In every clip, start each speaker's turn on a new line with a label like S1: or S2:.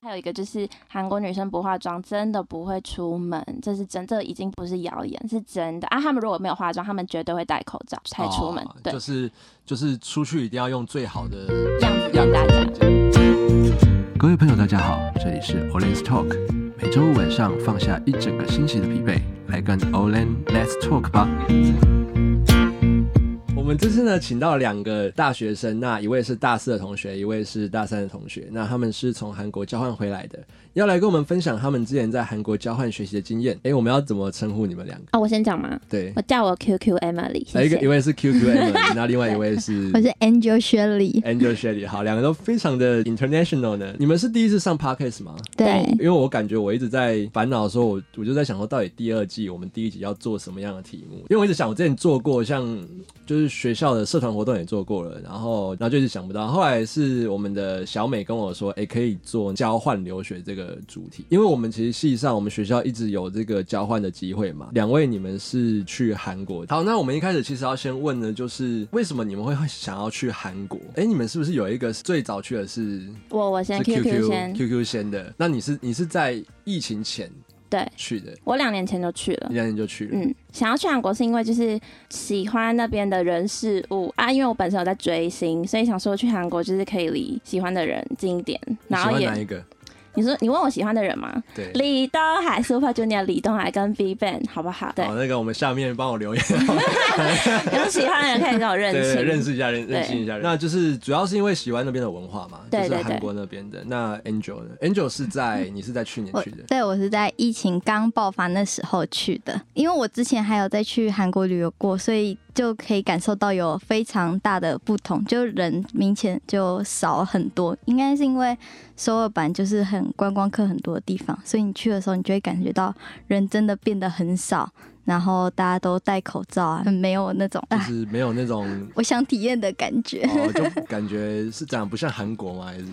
S1: 还有一个就是韩国女生不化妆真的不会出门，这是真，这已经不是谣言，是真的啊！他们如果没有化妆，他们绝对会戴口罩才出门，
S2: 哦
S1: 对、
S2: 就是是就是出去一定要用最好的
S1: 样子跟大家。
S3: 各位朋友，大家好，这里是 Olen's Talk，每周五晚上放下一整个星期的疲惫，来跟 Olen Let's Talk 吧。
S2: 我们这次呢，请到两个大学生，那一位是大四的同学，一位是大三的同学。那他们是从韩国交换回来的，要来跟我们分享他们之前在韩国交换学习的经验。诶，我们要怎么称呼你们两个？
S1: 啊、我先讲嘛，
S2: 对
S1: 我，叫我 QQ Emily，
S2: 来
S1: 谢
S2: 一个一
S1: 谢。
S2: 位是 QQM，那另外一位是
S4: 我是 Angel Shirley，
S2: Angel Shelly。好，两个都非常的 international 呢。你们是第一次上 podcast 吗？
S4: 对，
S2: 因为我感觉我一直在烦恼，说我我就在想说，到底第二季我们第一集要做什么样的题目？因为我一直想，我之前做过像就是学校的社团活动也做过了，然后然后就一直想不到。后来是我们的小美跟我说，哎、可以做交换留学这个主题，因为我们其实系上我们学校一直有这个交换的机会嘛。两位你们是去韩国，好，那我们一开始其实要先问的就是为什么你们会想要去韩国？哎、你们是不是有一个最早去的是
S1: 我我先
S2: 是
S1: QQ
S2: QQ
S1: 先，
S2: QQ 先的。那你是你是在疫情前
S1: 对
S2: 去的，
S1: 我两年前就去了
S2: 一。两年就去了。
S1: 嗯，想要去韩国是因为就是喜欢那边的人事物啊，因为我本身有在追星，所以想说去韩国就是可以离喜欢的人近一点，
S2: 你
S1: 然
S2: 喜
S1: 后
S2: 欢
S1: 也
S2: 哪一个？
S1: 你说你问我喜欢的人吗？
S2: 对，
S1: 李东海 Super Junior 李东海跟 B Ban 好不好？对
S2: 好，，那个我们下面帮 我留言，
S1: 有喜欢的人可以跟我认
S2: 对，
S1: 识。
S2: 对认识一下，认
S1: 对
S2: 认识一下。那就是主要是因为喜欢那边的文化嘛，就
S1: 对
S2: 是
S1: 对对
S2: 韩国那边的。那 Angel 呢？Angel 是在你是在去年
S4: 我
S2: 去的，
S4: 对我是在疫情刚爆发那时候去的，因为我之前还有在去韩国旅游过，所以就可以感受到有非常大的不同，就人明显就少很多。应该是因为首尔版就是很观光客很多的地方，所以你去的时候，你就会感觉到人真的变得很少，然后大家都戴口罩啊，没有那种
S2: 就
S4: 啊，。
S2: 是没有那种
S4: 我想体验的感觉。
S2: 哦，就感觉是长得不像韩国吗？还是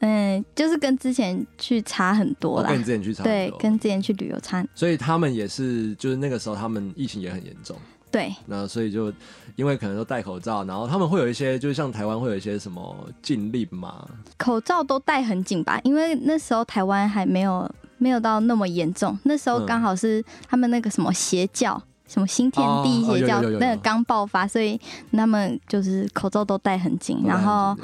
S4: 嗯，就是跟之前去差很多
S2: 我
S4: 啦。
S2: 哦跟你之前去差不
S4: 对，
S2: 多
S4: 跟之前去旅游差很
S2: 所以他们也是，就是那个时候他们疫情也很严重，
S4: 对，
S2: 那所以就因为可能都戴口罩，然后他们会有一些，就是像台湾会有一些什么禁令嘛，
S4: 口罩都戴很紧吧，因为那时候台湾还没有没有到那么严重，那时候
S2: 嗯
S4: 刚好是他们那个什么邪教。什么新天地
S2: 哦哦
S4: 邪教、
S2: 有有有有
S4: 那个刚爆发，所以他们就是口罩都戴很紧，嗯然后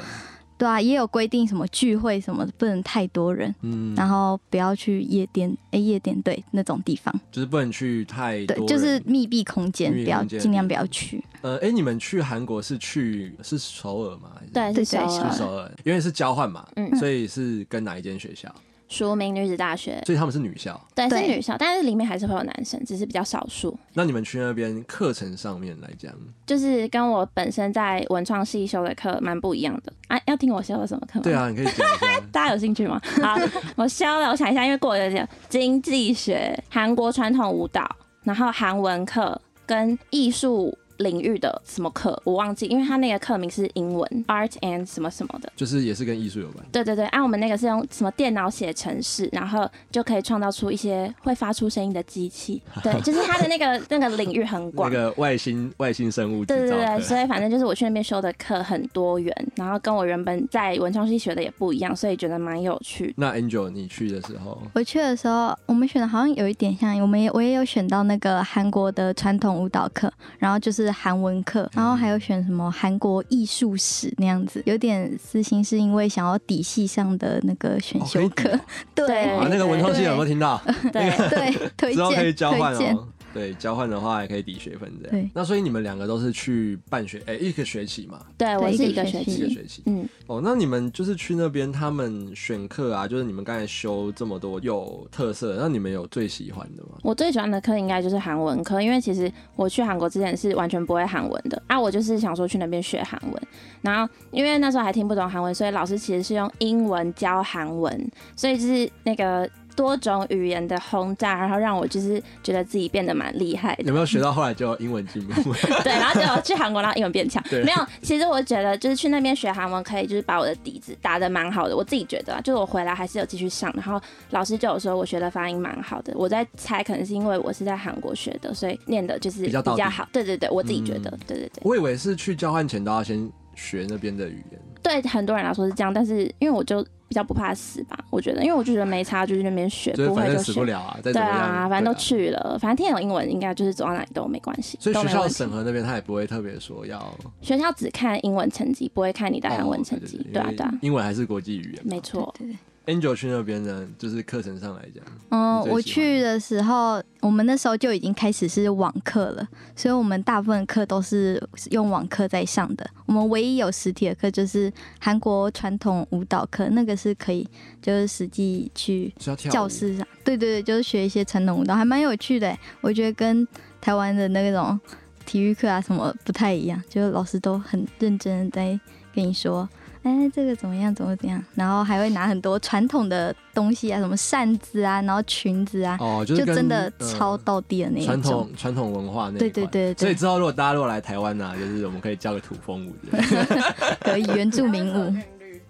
S4: 对啊，也有规定什么聚会什么的不能太多人，
S2: 嗯，
S4: 然后不要去夜店，哎、夜店对那种地方，
S2: 就是不能去太多
S4: 对，
S2: 人，
S4: 就是密闭空间，
S2: 密闭
S4: 不要
S2: 空间
S4: 尽量不要去，
S2: 呃，哎、你们去韩国是去是首尔吗？还是
S1: 对，
S4: 对
S1: 是首
S4: 对
S2: 是首
S1: 尔，
S2: 尔，因为是交换嘛，
S1: 嗯
S2: 所以是跟哪一间学校？
S1: 署名女子大学，
S2: 所以他们是女校。
S1: 对，是
S4: 对
S1: 女校，但是里面还是会有男生，只是比较少数。
S2: 那你们去那边课程上面来讲，
S1: 就是跟我本身在文创系修的课蛮不一样的啊！要听我修了什么课吗？
S2: 对，啊，你可以讲一下
S1: 大家有兴趣 吗？好，我修了，我想一下，因为过了有点经济学、韩国传统舞蹈，然后韩文课跟艺术领域的什么课，我忘记，因为他那个课名是英文 Art and 什么什么的。
S2: 就是也是跟艺术有关。
S1: 对对对，啊按、我们那个是用什么电脑写程式，然后就可以创造出一些会发出声音的机 器。对，就是它的那个那个领域很
S2: 那
S1: 广。
S2: 个外星外星生物制
S1: 对对
S2: 造
S1: 对，
S2: 课，
S1: 所以反正就是我去那边修的课很多元，然后跟我原本在文创系学的也不一样，所以觉得蛮有趣。
S2: 那 Angel 你去的时候，
S4: 我去的时候，我们选的好像有一点像，我们也我也有选到那个韩国的传统舞蹈课，然后就是韩文课，然后还有选什么韩国艺术史那样子，有点私心是因为想要抵系上的那个选
S2: 哦可以
S4: 修课，
S2: 比哦
S4: 对
S2: 啊，那个文创系有没有
S4: 对
S2: 听到？
S1: 对，
S4: 对，推
S2: 之后
S4: 荐
S2: 可以交换
S4: 推荐，
S2: 哦。对，交换的话也可以抵学分这样
S4: 对。
S2: 那所以你们两个都是去半学，哎、一个学期嘛，
S1: 对我
S4: 对
S1: 是一
S4: 一
S1: 个
S4: 个
S1: 学
S4: 学
S2: 一
S1: 期
S4: 期，
S2: 个学期。
S1: 嗯，
S2: 哦，那你们就是去那边，他们选课啊，就是你们刚才修这么多有特色，那你们有最喜欢的吗？
S1: 我最喜欢的课应该就是韩文课，因为其实我去韩国之前是完全不会韩文的啊，我就是想说去那边学韩文，然后因为那时候还听不懂韩文，所以老师其实是用英文教韩文，所以就是那个多种语言的轰炸，然后让我就是觉得自己变得蛮厉害的，
S2: 有没有学到后来就英文进步？
S1: 对，然后结果去韩国，然后英文变强。
S2: 对
S1: 没有，其实我觉得就是去那边学韩文，可以就是把我的底子打得蛮好的。我自己觉得、啊，就是我回来还是有继续上，然后老师就有说我学的发音蛮好的。我在猜，可能是因为我是在韩国学的，所以念的就是
S2: 比较到
S1: 比
S2: 底
S1: 较好。对对对，我自己觉得，
S2: 嗯
S1: 对对对。
S2: 我以为是去交换前都要先学那边的语言，
S1: 对很多人来说是这样，但是因为我就比较不怕死吧，我觉得，因为我就觉得没差，就去那边学，
S2: 就是
S1: 不
S2: 反
S1: 会
S2: 正
S1: 就
S2: 死不
S1: 学。
S2: 了啊，再
S1: 对
S2: 怎么样，
S1: 啊，反正
S2: 对
S1: 都去了，反正听得懂英文，应该就是走到哪里都没关系，
S2: 所以
S1: 都
S2: 学
S1: 没
S2: 校
S1: 问题。
S2: 审核那边他也不会特别说要
S1: 学校只看英文成绩，不会看你的韩文成绩。
S2: 哦
S1: 对啊，对啊
S2: 因为，英文还是国际语言嘛。
S1: 没错。
S4: 对对。
S2: Angel 去那边呢，就是课程上来讲，
S4: 嗯，
S2: 你最喜欢
S4: 我去的时候，我们那时候就已经开始是网课了，所以我们大部分课都是用网课在上的。我们唯一有实体的课就是韩国传统舞蹈课，那个是可以就是实际去
S2: 是要跳舞
S4: 教室上，对对对，就是学一些传统舞蹈，还蛮有趣的欸。我觉得跟台湾的那种体育课啊什么不太一样，就是老师都很认真地在跟你说。哎，这个怎么样？怎么怎样？然后还会拿很多传统的东西啊，什么扇子啊，然后裙子啊，
S2: 哦，就
S4: 就是
S2: 跟
S4: 真的
S2: 呃
S4: 超到地的那一
S2: 传
S4: 种。
S2: 统传统文化那一
S4: 对对
S2: 块
S4: 对对
S2: 所以之后如果大家如果来台湾呢，就是我们可以教个土风舞的
S4: 可以原住民舞，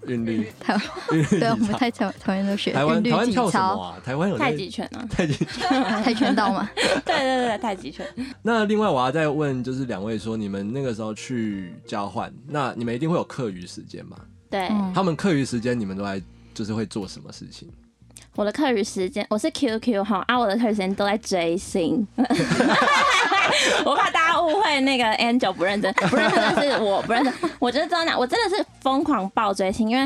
S2: 韵律。
S4: 台湾
S2: 韵律
S4: 对我们
S2: 操
S4: 太讨讨厌都学
S2: 台 湾
S4: 韵律
S2: 台湾
S4: 体
S2: 跳什么
S4: 操、
S2: 啊？台湾有在，
S1: 太极拳啊
S2: 太极
S4: 跆拳道 嘛。
S1: 对对对，对太极拳。
S2: 那另外我要再问，就是两位说你们那个时候去交换，那你们一定会有课余时间嘛？
S1: 对，
S4: 嗯
S2: 他们课余时间你们都在就是会做什么事情？
S1: 我的课余时间我是 QQ 哈，啊，我的课余时间都在追星。我怕大家误会那个 Angel 不认真，不认真的是我不认真， 我就是知道哪，我真的是疯狂爆追星，因为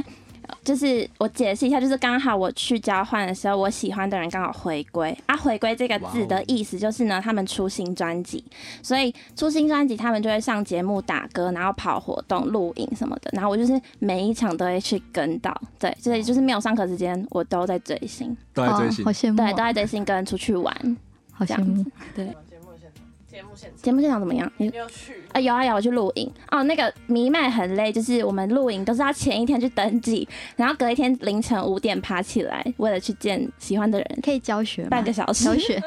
S1: 呃就是我解释一下，就是刚好我去交换的时候，我喜欢的人刚好回归啊，回归这个字
S2: 哇哦
S1: 的意思就是呢，他们出新专辑，所以出新专辑他们就会上节目打歌，然后跑活动、录影什么的，然后我就是每一场都会去跟到，对，所以就是没有上课时间，我都在追星，
S2: 都在
S4: 哦，
S2: 追星
S4: 好，羡慕
S1: 对，都
S4: 哦，
S1: 在追星跟出去玩。
S4: 好
S1: 这
S4: 羡
S1: 样
S4: 慕。
S5: 节目现场，节目现场，
S1: 节目现场怎么样？你
S5: 没有去，
S1: 啊，有啊有，我去露营哦。那个迷妹很累，就是我们露营都是要前一天去登记，然后隔一天凌晨五点爬起来，为了去见喜欢的人，
S4: 可以教学吗？
S1: 半个小时
S4: 教。学，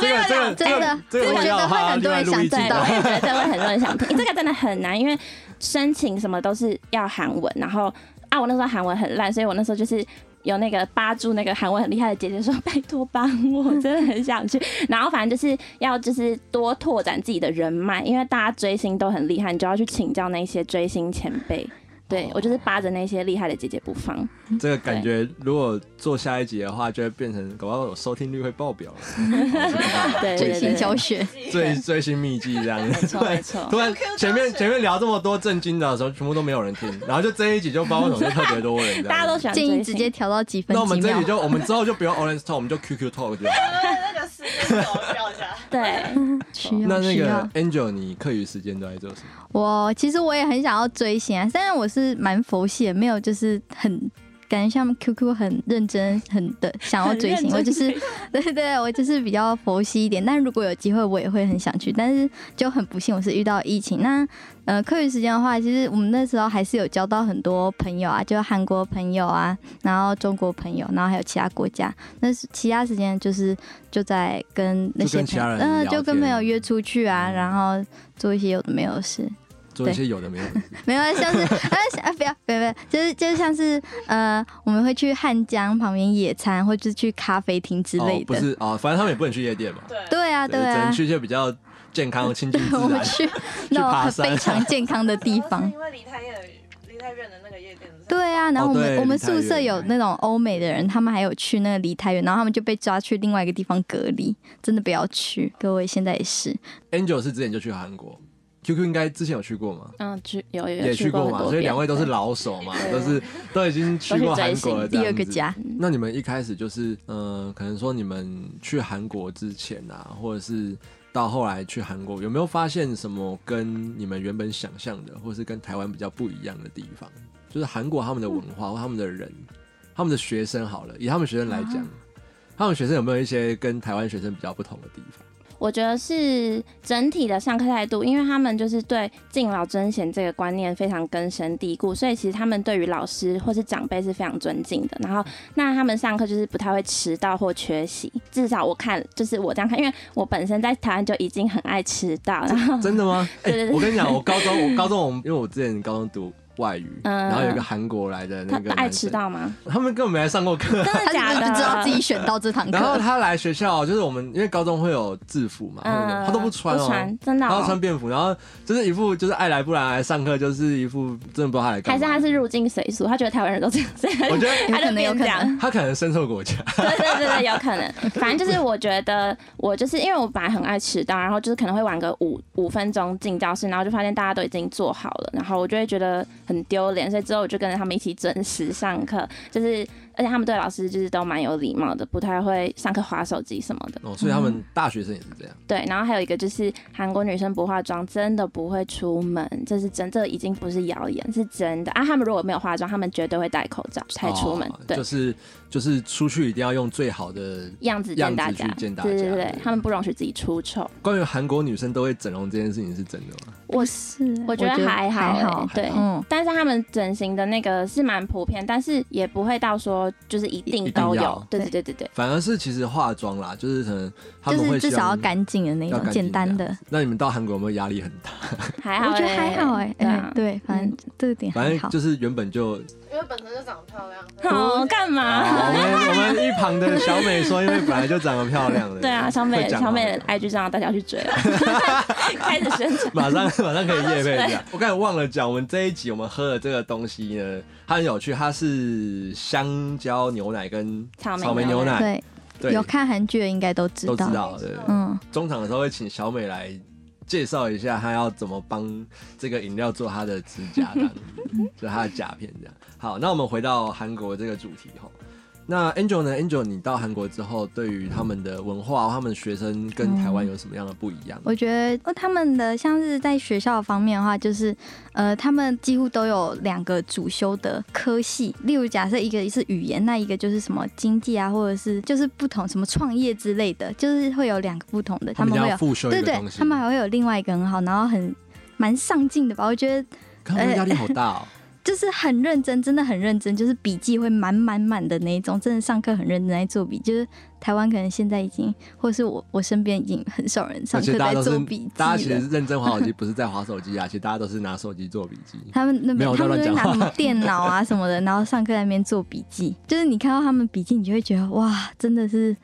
S2: 这个这个
S4: 真的，
S2: 这个
S4: 我
S2: 我
S4: 觉得会很多人 想知
S1: 对，
S4: 道
S1: 我。也觉得会很多人想听，这个真的很难，因为申请什么都是要韩文，然后啊，我那时候韩文很烂，所以我那时候就是。有那个扒住那个韩文很厉害的姐姐说：“拜托帮我，我真的很想去。” 然后反正就是要就是多拓展自己的人脉，因为大家追星都很厉害，你就要去请教那些追星前辈。
S4: 哦
S1: 对我就是扒着那些厉害的姐姐不 放。
S2: 这个感觉，如果做下一集的话，就会变成搞不好我收听率会爆表了。好这个办法
S1: 对对
S4: 最
S1: 对
S4: 新
S1: 对
S4: 教学，
S2: 最追星秘籍这样子，
S1: 错没错
S2: 突然前面前面聊这么多震惊的时候，全部都没有人听，然后就这一集就包括总就特别多人这样子，
S1: 大家都喜欢
S4: 建议
S1: 追
S4: 直
S1: 星，
S4: 接调到几分
S2: 那我们
S4: 几
S2: 这
S4: 秒
S2: 里。就我们之后就不用 Orange Talk，我们就 QQ Talk 就好了。
S5: 那个时间轴标一下。
S1: 对，
S4: 需
S2: 那
S4: 要
S2: 那
S4: 需要
S2: 个。Angel，你课余时间都在做什么？
S4: 我其实我也很想要追星啊，但是我是蛮佛系的，没有就是很。感觉像 QQ 很认真，很的想要追星，我就是 对对对，我就是比较佛系一点。但如果有机会，我也会很想去，但是就很不幸，我是遇到疫情。那呃，课余时间的话，其实我们那时候还是有交到很多朋友啊，就韩国朋友啊，然后中国朋友，然后还有其他国家。那是其他时间就是就在跟那
S2: 就
S4: 些
S2: 跟其
S4: 朋
S2: 他
S4: 友，
S2: 人
S4: 嗯、
S2: 聊
S4: 就跟
S2: 天
S4: 朋友约出去啊，
S2: 嗯
S4: 然后做一些有的没有的事。
S2: 做一些有的没有的事。
S4: 没有，像是啊像啊，不要，不要，不要，就是就是像是呃，我们会去汉江旁边野餐，或者是去咖啡厅之类
S2: 哦，不
S4: 的。
S2: 是哦，反正他们也不能去夜店嘛，
S5: 对，
S4: 对啊，对
S2: 只能
S4: 啊，
S2: 去一些比较健康、亲近自
S4: 我们
S2: 然。
S4: 去
S2: 去爬
S4: 那种
S2: 山
S4: 非常健康的地方
S5: 是。因为离太远，离太远的那个夜店。
S4: 对啊，然后
S2: 哦
S4: 我们、
S2: 对
S4: 我们
S2: 梨泰
S4: 宿
S2: 院
S4: 舍有那种欧美的人，他们还有去那个梨泰院，然后他们就被抓去另外一个地方隔离，真的不要去，各位现在也是。
S2: Angel 是之前就去韩国，QQ 应该之前有去过嘛？
S1: 嗯，去有有
S2: 也去过
S1: 很
S2: 嘛，
S1: 多
S2: 所以
S1: 遍
S2: 两位都是
S1: 对
S2: 老手嘛，
S1: 对
S2: 都是都已经去过韩国了。
S4: 第二个。家，
S2: 那你们一开始就是，嗯、可能说你们去韩国之前啊，或者是到后来去韩国，有没有发现什么跟你们原本想象的，或是跟台湾比较不一样的地方？就是韩国他们的文化、或他们的人、他们的学生好了，以他们学生来讲，他们学生有没有一些跟台湾学生比较不同的地方？
S1: 我觉得是整体的上课态度，因为他们就是对敬老尊贤这个观念非常根深蒂固，所以其实他们对于老师或是长辈是非常尊敬的。然后，那他们上课就是不太会迟到或缺席，至少我看就是我这样看，因为我本身在台湾就已经很爱迟到，然后
S2: 真的吗？哎
S1: 对对对
S2: 我跟你讲，我高中我高中我们因为我之前高中读外语，
S1: 嗯
S2: 然后有一个韩国来的那
S1: 他
S2: 个
S1: 他爱
S2: 男
S1: 迟
S2: 生，
S1: 到 吗？
S2: 他们根本没来上过 课。
S1: 真的假
S4: 他
S1: 的？
S4: 不知道自己选到这堂
S2: 然后
S4: 课，
S2: 他来学校，就是我们因为高中会有制服嘛，会有那
S1: 嗯，
S2: 种他都不穿哦、
S1: 真的
S2: 他
S1: 哦、
S2: 要穿便服，然后就是一副就是爱来不来，来上课就是一副真的不知道他来干
S1: 还是
S2: 嘛。
S1: 他是入境随俗，他觉得台湾人都这样，所以他就
S2: 我觉得
S1: 他就
S4: 有可能有
S1: 变
S4: 可
S1: 这样。
S4: 能
S2: 他可能深受 国家，
S1: 对对对对，有可能。反正就是我觉得我就是因为我本来很爱迟到，然后就是可能会晚个五五分钟进教室，然后就发现大家都已经做好了，然后我就会觉得很丢脸，所以之后我就跟着他们一起准时上课，就是而且他们对老师就是都蛮有礼貌的，不太会上课划手机什么的。
S2: 哦，所以他们大学生也是这样。
S1: 对，然后还有一个就是韩国女生不化妆真的不会出门，这是真，这已经不是谣言，是真的啊。他们如果没有化妆，他们绝对会戴口罩才出门，
S2: 哦
S1: 对，
S2: 就是就是出去一定要用最好的。
S1: 样子见大家
S2: 样子去，见大家
S1: 对对对
S2: 对，
S1: 他们不容许自己出丑。
S2: 关于韩国女生都会整容这件事情是真的吗？
S4: 我是
S1: 我觉得还好、
S4: 还好
S1: 欸，对。
S4: 嗯，
S1: 但是他们整形的那个是蛮普遍，但是也不会到说就是一定都
S2: 一定
S1: 有
S2: 要。
S1: 对对对对对，
S2: 反而是其实化妆啦，就是可能他
S4: 就
S2: 们会
S4: 是至
S2: 希望
S4: 少要干净的那
S2: 要
S4: 种
S2: 干净
S4: 简单
S2: 这
S4: 的，
S2: 那你们到韩国有没有压力很大？
S1: 还好、
S4: 我
S1: 欸，
S4: 觉得还好哎，
S1: 对
S4: 哎
S1: 啊，
S4: 对，反正这个点
S2: 嗯反
S4: 还
S2: 正
S4: 好。
S2: 就是原本就
S5: 因为本身就长得漂亮。
S4: 哦
S1: 好哦干
S2: 好
S1: 嘛？
S2: 我们我们一旁的小美说，因为本来就长得漂亮的，
S1: 对啊，小美
S2: 会讲好
S1: 小美
S2: 的
S1: 的 IG 账号大家去 追了，开始宣传。
S2: 马上 马上可以夜配一下。我刚才忘了讲，我们这一集我们喝的这个东西呢，它很有趣，它是香蕉牛奶跟
S1: 草莓
S2: 草莓
S1: 牛
S2: 牛奶，
S4: 对，
S2: 对，
S4: 有看韩剧的应该都知
S2: 都知
S4: 道，
S2: 道。对，对
S4: 嗯，
S2: 中场的时候会请小美来介绍一下，她要怎么帮这个饮料做她的指甲， 这样就她的甲片这样。好，那我们回到韩国这个主题哈。那 Angel 呢？Angel，你到韩国之后，对于他们的文化、他们学生跟台湾有什么样的不一样？
S4: 我觉得哦，他们的像是在学校方面的话，就是呃，他们几乎都有两个主修的科系，例如假设一个是语言，那一个就是什么经济啊，或者是就是不同什么创业之类的，就是会有两个不同的，
S2: 他们一
S4: 们
S2: 定
S4: 会
S2: 要
S4: 有
S2: 复修一
S4: 对
S2: 个
S4: 对
S2: 东，西，
S4: 他们还会有另外一个很好，然后很蛮上进的吧，我觉得
S2: 可他们压力好大哦。
S4: 就是很认真，真的很认真，就是笔记会满满满的那一种，真的上课很认真在做笔，就是台湾可能现在已经，或是我我身边已经很少人 上
S2: 而且
S4: 课
S2: 大
S4: 在
S2: 家都
S4: 做
S2: 是
S4: 笔记
S2: 大家其
S4: 了
S2: 实。认真划手机，不是在划手机啊，其实大家都是拿手机做笔记。
S4: 他们那
S2: 没
S4: 边
S2: 有
S4: 他
S2: 在
S4: 们
S2: 乱
S4: 会
S2: 讲
S4: 拿
S2: 话
S4: 什 么电脑啊什么的，然后上课在那边做笔记。就是你看到他们笔记，你就会觉得哇，真的是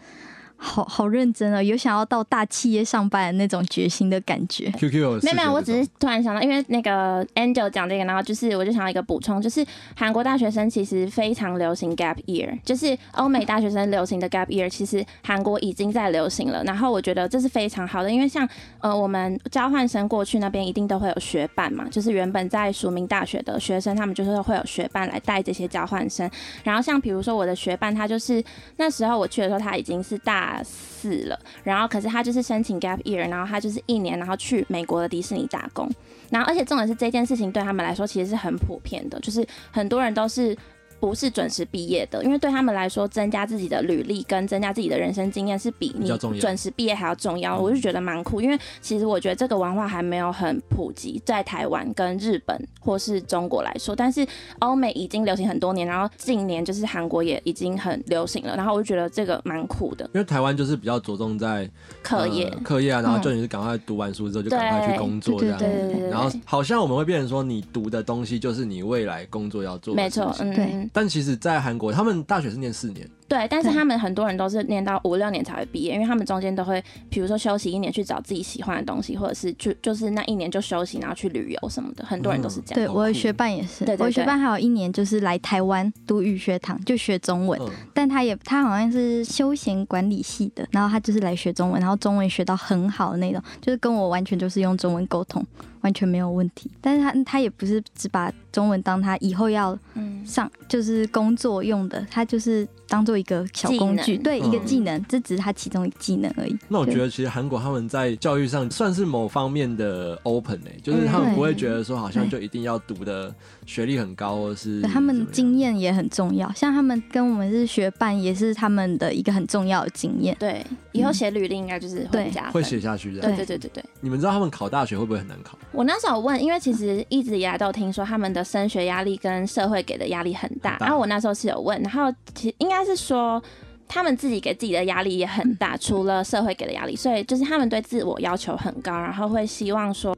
S4: 好好认真啊、有想要到大企业上班的那种决心的感觉。
S2: QQ 有
S1: 没有没有，我只哦是
S2: 是
S1: 突然想到，因为那个 Angel 讲这个，然后就是我就想要一个补充，就是韩国大学生其实非常流行 gap year，就是欧美大学生流行的 gap year，其实韩国已经在流行了。然后我觉得这是非常好的，因为像呃我们交换生过去那边一定都会有学伴嘛，就是原本在署名大学的学生，他们就是会有学伴来带这些交换生。然后像比如说我的学伴，他就是那时候我去的时候，他已经是大四了，然后可是他就是申请 gap year，然后他就是一年，然后去美国的迪士尼打工，然后而且重点是这件事情对他们来说其实是很普遍的，就是很多人都是。不是准时毕业的，因为对他们来说，增加自己的履历跟增加自己的人生经验是比
S2: 比
S1: 你
S2: 较重要
S1: 准时毕业还要重要。
S2: 嗯
S1: 我就觉得蛮酷，因为其实我觉得这个文化还没有很普及，在台湾跟日本或是中国来说，但是欧美已经流行很多年，然后近年就是韩国也已经很流行了，然后我就觉得这个蛮酷的，
S2: 因为台湾就是比较着重在
S1: 课
S2: 呃
S1: 业。
S2: 课业啊，然后叫你是赶快读完书之后就赶快去工作这
S4: 对
S2: 样
S1: 对。对对对，
S2: 然后好像我们会变成说，你读的东西就是你未来工作要做的
S1: 没错
S2: 事，情
S1: 嗯，
S4: 对
S1: 嗯
S2: 但其实，在韩国，他们大学是念四年，
S1: 对，但是
S4: 对
S1: 他们很多人都是念到五六年才会毕业，因为他们中间都会，比如说休息一年去找自己喜欢的东西，或者是就就是那一年就休息，然后去旅游什么的，很多人都是这样。
S4: 对，
S2: 好
S4: 我的
S2: 酷
S4: 学伴也是，
S1: 对对
S4: 我的学
S1: 对
S4: 伴还有一年就是来台湾读语学堂，就学中文，
S2: 嗯，
S4: 但他也他好像是休闲管理系的，然后他就是来学中文，然后中文学到很好的那种，就是跟我完全就是用中文沟通，完全没有问题。但是他他也不是只把中文当他以后要
S1: 嗯，
S4: 上就是工作用的，他就是当做一个小工
S1: 技
S4: 具，
S1: 能
S4: 对，一个
S2: 嗯
S4: 技能，这只是他其中一个技能而已。
S2: 那我
S4: 对
S2: 觉得其实韩国他们在教育上算是某方面的 open 哎、就是他们
S4: 嗯
S2: 不会觉得说好像就一定要读的学历很高，或是
S4: 对他
S2: 怎
S4: 们
S2: 么样
S4: 经验也很重要，像他们跟我们是学伴，也是他们的一个很重要的经验。
S1: 对，以后写履历应该就是会
S4: 对
S1: 加分。
S2: 嗯会写下去的。
S1: 对对对对对。
S2: 你们知道他们考大学会不会很难考？
S1: 我那时候有问，因为其实一直以来都有听说他们的升学压力跟社会给的压力很大
S2: 很，大
S1: 然后我那时候是有问，然后其应该是说。他们自己给自己的压力也很 大，除了社会给的压力，所以就是他们对自我要求很高，然后会希望说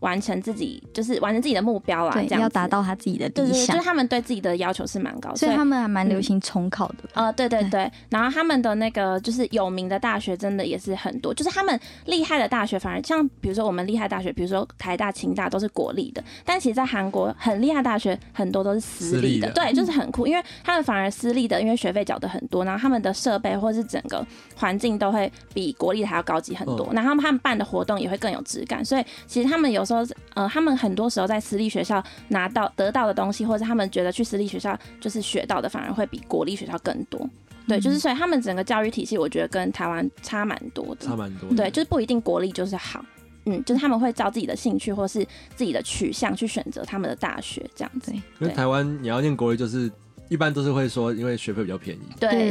S1: 完成自己，就是完成自己的目标啦，
S4: 对
S1: 这，样
S4: 要
S1: 子
S4: 达。到他自己的
S1: 对
S4: 理
S1: 对对，就
S4: 想
S1: 是，他们对自己的要求是蛮高，
S4: 所以他们还蛮
S1: 嗯
S4: 流行重考的。
S1: 呃，对对
S4: 对
S1: 对，然后他们的那个就是有名的大学，真的也是很多，就是他们厉害的大学，反而像比如说我们厉害大学，比如说台大、清大都是国立的，但其实，在韩国很厉害的大学很多都是私立的，嗯
S2: 私立的
S1: 对，就是很酷，因为他们反而私立的，因为学费缴的很多，然后他们的设备或是整个环境都会比国立的还要高级很多，然后他们他们办的活动也会更有质感，所以其实他们有时候呃，他们很多时候在私立学校拿到得到的东西，或者他们觉得去私立学校就是学到的，反而会比国立学校更多。对，
S4: 嗯
S1: 就是所以他们整个教育体系，我觉得跟台湾差蛮多的。
S2: 差蛮多的。
S1: 对，就是不一定国立就是好，嗯，就是他们会照自己的兴趣或是自己的取向去选择他们的大学这样子。
S4: 对
S2: 因为台湾你要念国立，就是一般都是会说，因为学费比较便宜。
S4: 对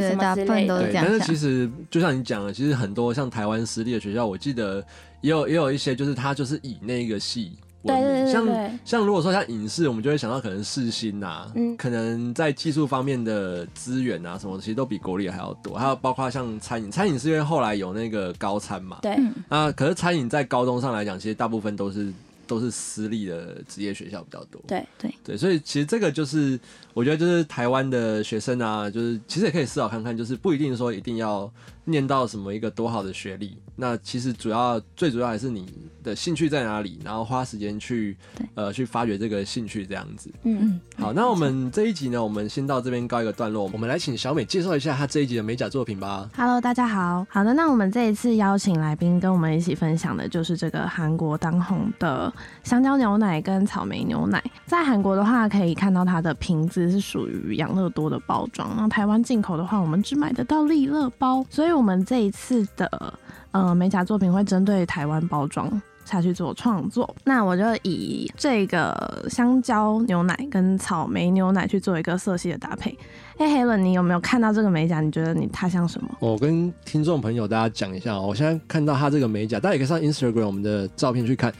S1: 什
S4: 对，
S1: 么
S4: 大
S1: 之
S4: 部
S1: 类
S4: 分
S1: 的。
S4: 都是
S2: 对，
S4: 这样
S2: 但是
S4: 想
S2: 其。实就像你讲的，其实很多像台湾私立的学校，我记得也有也有一些，就是它就是以那个系闻
S1: 对对对
S2: 名，
S1: 对
S2: 像
S1: 对，
S2: 像如果说像影视，我们就会想到可能视新呐、
S1: 嗯
S2: 可能在技术方面的资源啊什么，其实都比国立还要多。还有包括像餐饮，餐饮是因为后来有那个高餐嘛，
S1: 对
S4: 嗯，
S2: 那可是餐饮在高中上来讲，其实大部分都是都是私立的职业学校比较多。
S1: 对
S4: 对
S2: 对，所以其实这个就是我觉得就是台湾的学生啊，就是其实也可以思考看看，就是不一定说一定要念到什么一个多好的学历，那其实主要最主要还是你的兴趣在哪里，然后花时间去
S4: 对
S2: 呃去发掘这个兴趣这样子。
S1: 嗯，
S4: 嗯，
S2: 好，那我们这一集呢，我们先到这边告一个段落，我们来请小美介绍一下她这一集的美甲作品吧。
S5: Hello，大家好。好的，那我们这一次邀请来宾跟我们一起分享的就是这个韩国当红的香蕉牛奶跟草莓牛奶。在韩国的话，可以看到它的瓶子是属于养乐多的包装。那台湾进口的话，我们只买得到利乐包。所以我们这一次的呃美甲作品会针对台湾包装下去做创作。那我就以这个香蕉牛奶跟草莓牛奶去做一个色系的搭配。哎、黑伦，你有没有看到这个美甲？你觉得你它像什么？
S2: 我跟听众朋友大家讲一下哦，我现在看到他这个美甲，大家也可以上 Instagram 我们的照片去看，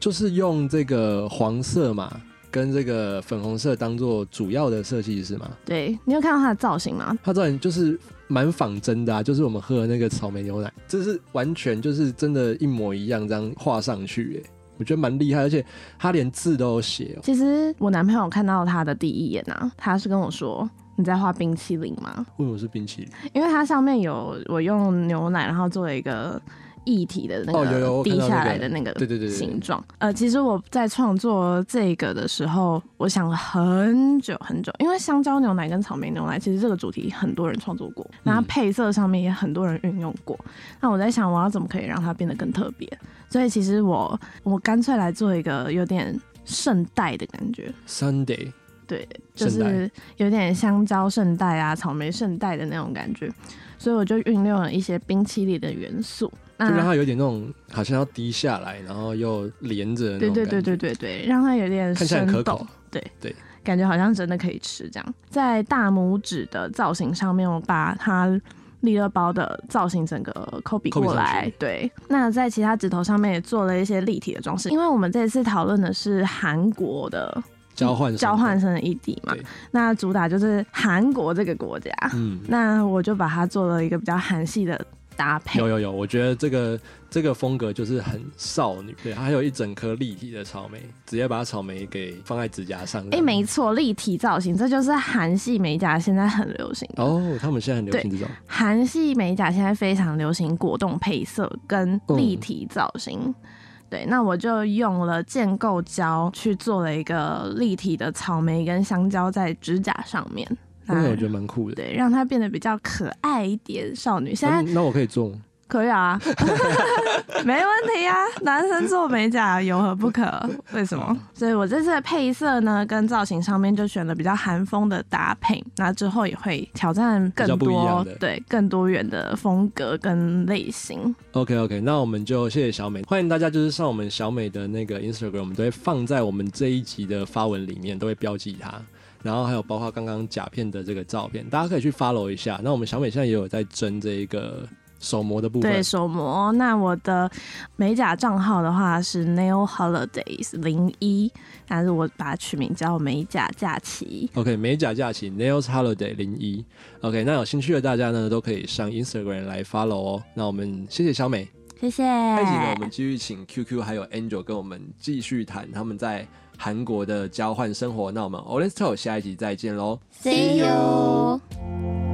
S2: 就是用这个黄色嘛，跟这个粉红色当做主要的色系是吗？
S5: 对你有看到它的造型吗？
S2: 它造型就是蛮仿真的啊，就是我们喝的那个草莓牛奶，这是完全就是真的，一模一样这样画上去、耶我觉得蛮厉害，而且他连字都有写、哦。
S5: 其实我男朋友看到它的第一眼啊，他是跟我说。你在画冰淇淋吗？
S2: 为什么是冰淇淋？
S5: 因为它上面有我用牛奶，然后做了一个液体的那
S2: 哦有有
S5: 个
S2: 我看
S5: 滴
S2: 到那
S5: 下
S2: 个
S5: 来的那个
S2: 对对对对
S5: 形
S2: 对，
S5: 状。呃，其实我在创作这个的时候，我想了很久很久，因为香蕉牛奶跟草莓牛奶，其实这个主题很多人创作过，然后配色上面也很多人运用过。那我在想，我要怎么可以让它变得更特别？所以其实我我干脆来做一个有点圣代的感觉，
S2: Sunday
S5: 对，就
S2: 圣代
S5: 是有点香蕉圣代啊、草莓圣代的那种感觉。所以我就运用了一些冰淇淋的元素。那
S2: 就让它有点那种好像要滴下来，然后又连着的那
S5: 对
S2: 种
S5: 对
S2: 感觉。
S5: 对对对对，让它有点
S2: 看起来
S5: 生
S2: 很可
S5: 动
S2: 口，
S5: 对
S2: 对，
S5: 感觉好像真的可以吃这样。在大拇指的造型上面，我把它利乐包的造型整个 copy 过
S2: 上
S5: 来
S2: 去，
S5: 对。那在其他指头上面也做了一些立体的装饰，因为我们这次讨论的是韩国的
S2: 交换
S5: 嗯交换生的异地嘛
S2: 对，
S5: 那主打就是韩国这个国家，
S2: 嗯，
S5: 那我就把它做了一个比较韩系的搭配
S2: 有。有有，我觉得这个这个风格就是很少女，对，还有一整颗立体的草莓，直接把草莓给放在指甲上。
S5: 哎、没错，立体造型，这就是韩系美甲现在很流行的
S2: 哦，他们现在很流行这种，
S5: 韩系美甲现在非常流行果冻配色跟立体造型。
S2: 哦
S5: 对，那我就用了建构胶去做了一个立体的草莓跟香蕉在指甲上面，
S2: 那哦个我觉
S5: 那
S2: 得蛮酷的。
S5: 啊对，让它变得比较可爱一点少女。现在
S2: 嗯那我可以做吗，
S5: 可 以啊，没问题啊，男生做美甲有何不可？为什
S2: 哦
S5: 么？所以我这次的配色呢，跟造型上面就选了比较韩风的搭配，那之后也会挑战
S2: 比较
S5: 更
S2: 不一样
S5: 多
S2: 的
S5: 对更多元的风格跟类型。
S2: OK OK，那我们就谢谢小美，欢迎大家就是上我们小美的那个 Instagram，我们都会放在我们这一集的发文里面，都会标记它。然后还有包括刚刚甲片的这个照片，大家可以去 follow 一下。那我们小美现在也有在争这一个手模的部分
S5: 对，手模。那我的美甲账号的话是 Nail Holidays 零一，但是我把它取名叫美甲假期。
S2: OK，美甲假期 Nails Holiday 零一。OK，那有兴趣的大家呢，都可以上 Instagram 来 follow 哦。那我们谢谢小美，
S1: 谢谢。
S2: 下一集
S5: 哎
S2: 呢，我们继续请 QQ 还有 Angel 跟我们继续谈他们在韩国的交换生活。那我们 o l e n s Talk 下一集再见喽。
S1: See you。